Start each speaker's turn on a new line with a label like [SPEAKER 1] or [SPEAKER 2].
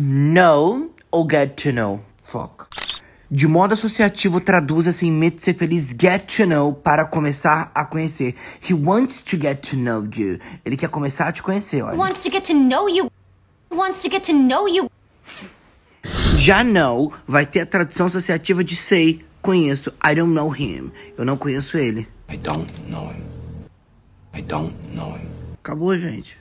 [SPEAKER 1] know ou get to know. Fuck. De modo associativo, traduza-se em meter feliz get to know para começar a conhecer. He wants to get to know you. Ele quer começar a te conhecer, olha.
[SPEAKER 2] Wants to get to know you. Wants to get to know you.
[SPEAKER 1] Já know vai ter a tradução associativa de sei, conheço. I don't know him. Eu não conheço ele.
[SPEAKER 3] I don't know him. I don't know him.
[SPEAKER 1] Acabou, gente.